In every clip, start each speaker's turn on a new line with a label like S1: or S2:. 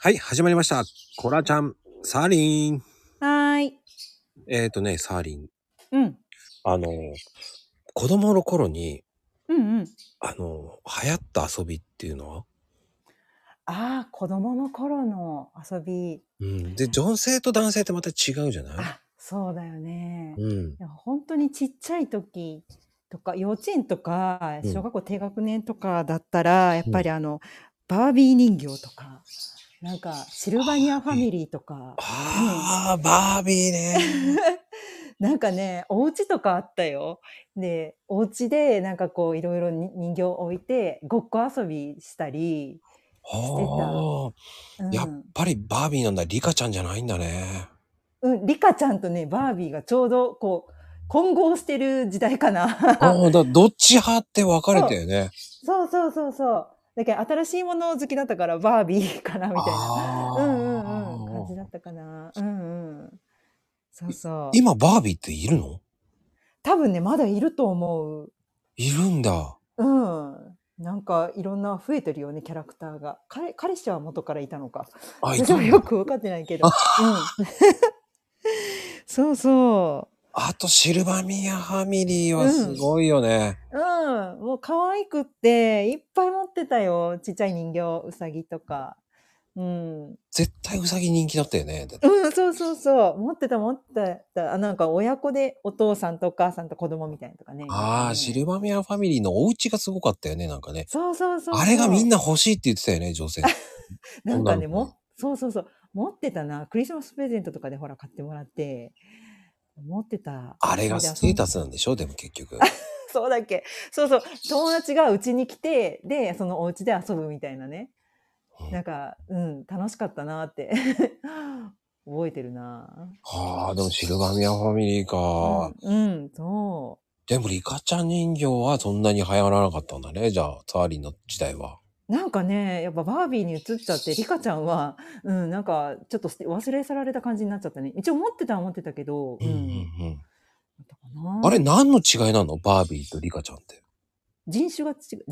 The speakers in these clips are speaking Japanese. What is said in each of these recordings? S1: はい、始まりました。コラちゃん、サーリン。
S2: はーい。
S1: えっ、ー、とね、サーリン。
S2: うん。
S1: あの、子供の頃に、
S2: うんうん。
S1: あの、流行った遊びっていうのは、
S2: ああ、子供の頃の遊び。
S1: うん。で、女性と男性ってまた違うじゃない
S2: あ、そうだよね。い
S1: うん。
S2: や本当にちっちゃい時とか、幼稚園とか、
S1: うん
S2: 小学校低学年とかだったら、やっぱりあの、バービー人形とか、なんか、シルバニアファミリーとか、
S1: あー、バービー ね。
S2: なんかね、お家とかあったよ。で、お家でなんかこう、いろいろに人形置いて、ごっこ遊びしたり、
S1: は
S2: う
S1: あ。やっ
S2: ん。
S1: ぱりバービーなんだ。リカちゃんじゃないんだね。
S2: うん、リカちゃんとね、バービーがちょうどこう、混合してる時代か
S1: あ
S2: な。
S1: あ、だどっち派って分かれたよね。
S2: そうそうそうそう。だけど新しいもの好きだったから、バービーかな、みたいな。
S1: あ
S2: う
S1: ー
S2: んうんうん。感じだったかな。うんうん。そうそう。
S1: 今、バービーっているの
S2: 多分ね、まだいると思う。
S1: いるんだ。
S2: うん。なんか、いろんな増えてるよね、キャラクターが。彼、彼氏は元からいたのか。
S1: あ、い
S2: 私
S1: た
S2: は
S1: んだ
S2: よくわかってないけど。うん。 そうそう。
S1: あと、シルバニアファミリーはすごいよね。
S2: うん、もう可愛くって、いっぱい持ってたよ。ちっちゃい人形、うさぎとか。うん。うん、
S1: 絶対ウサギ人気だったよね。だって
S2: そうそうそう。持ってた、持ってた。あなんか親子でお父さんとお母さんと子供みたいなのとかね。
S1: あ
S2: う
S1: あ、
S2: ん
S1: シルバニアファミリーのお家がすごかったよね、なんかね。
S2: そうそうそうそう。
S1: あれがみんな欲しいって言ってたよね、女 性。
S2: な。んかね、
S1: 女の子
S2: も、そうそうそう。持ってたな。クリスマスプレゼントとかでほら買ってもらって。持ってた。
S1: あれがステータ
S2: ス
S1: スなんでしょでも結局。
S2: そうだっけ。そうそう。友達がうちに来て、で、そのお家で遊ぶみたいなね。
S1: うん
S2: なんか、うん、楽しかったなって 覚えてるな。
S1: はあ、でもシルバニアファミリーか。
S2: うん、うん、そ
S1: でもリカちゃん人形はそんなに流行らなかったんだね。じゃあ、サーリンの時代は。
S2: う。なんかね、やっぱバービーに移っちゃって、リカちゃんは、うん、なんかちょっと捨て忘れ去られた感じになっちゃったね。一応持ってたは持ってたけど、
S1: うんうん
S2: だったか
S1: うん。
S2: な
S1: あれ何の違いなのバービーとリカちゃんって。
S2: 人種が 違う。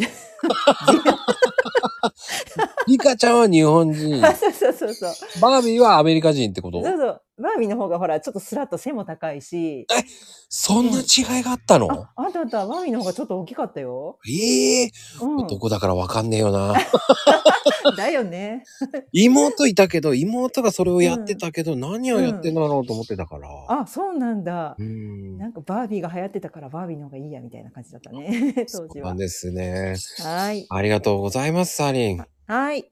S1: リカちゃんは日本 人。
S2: そうそうそうそう。そ
S1: バービーはアメリカ人ってこと
S2: うそう。バービーの方がほら、ちょっとスラッと背も高いし、
S1: そんな違いがあったの
S2: あ、あったあった、バービーの方がちょっと大きかったよ。
S1: ええ
S2: うん。
S1: 男だからわかんねえよな。
S2: だよね。
S1: 妹いたけど、妹がそれをやってたけど、何をやってんだろうと思ってたから。
S2: あ、そうなんだ。
S1: うん。
S2: なんかバービーが流行ってたからバービーの方がいいやみたいな感じだったね。当
S1: そう
S2: 時
S1: な
S2: は
S1: ん。ですね。
S2: はい。
S1: ありがとうございます、サリン。
S2: はい。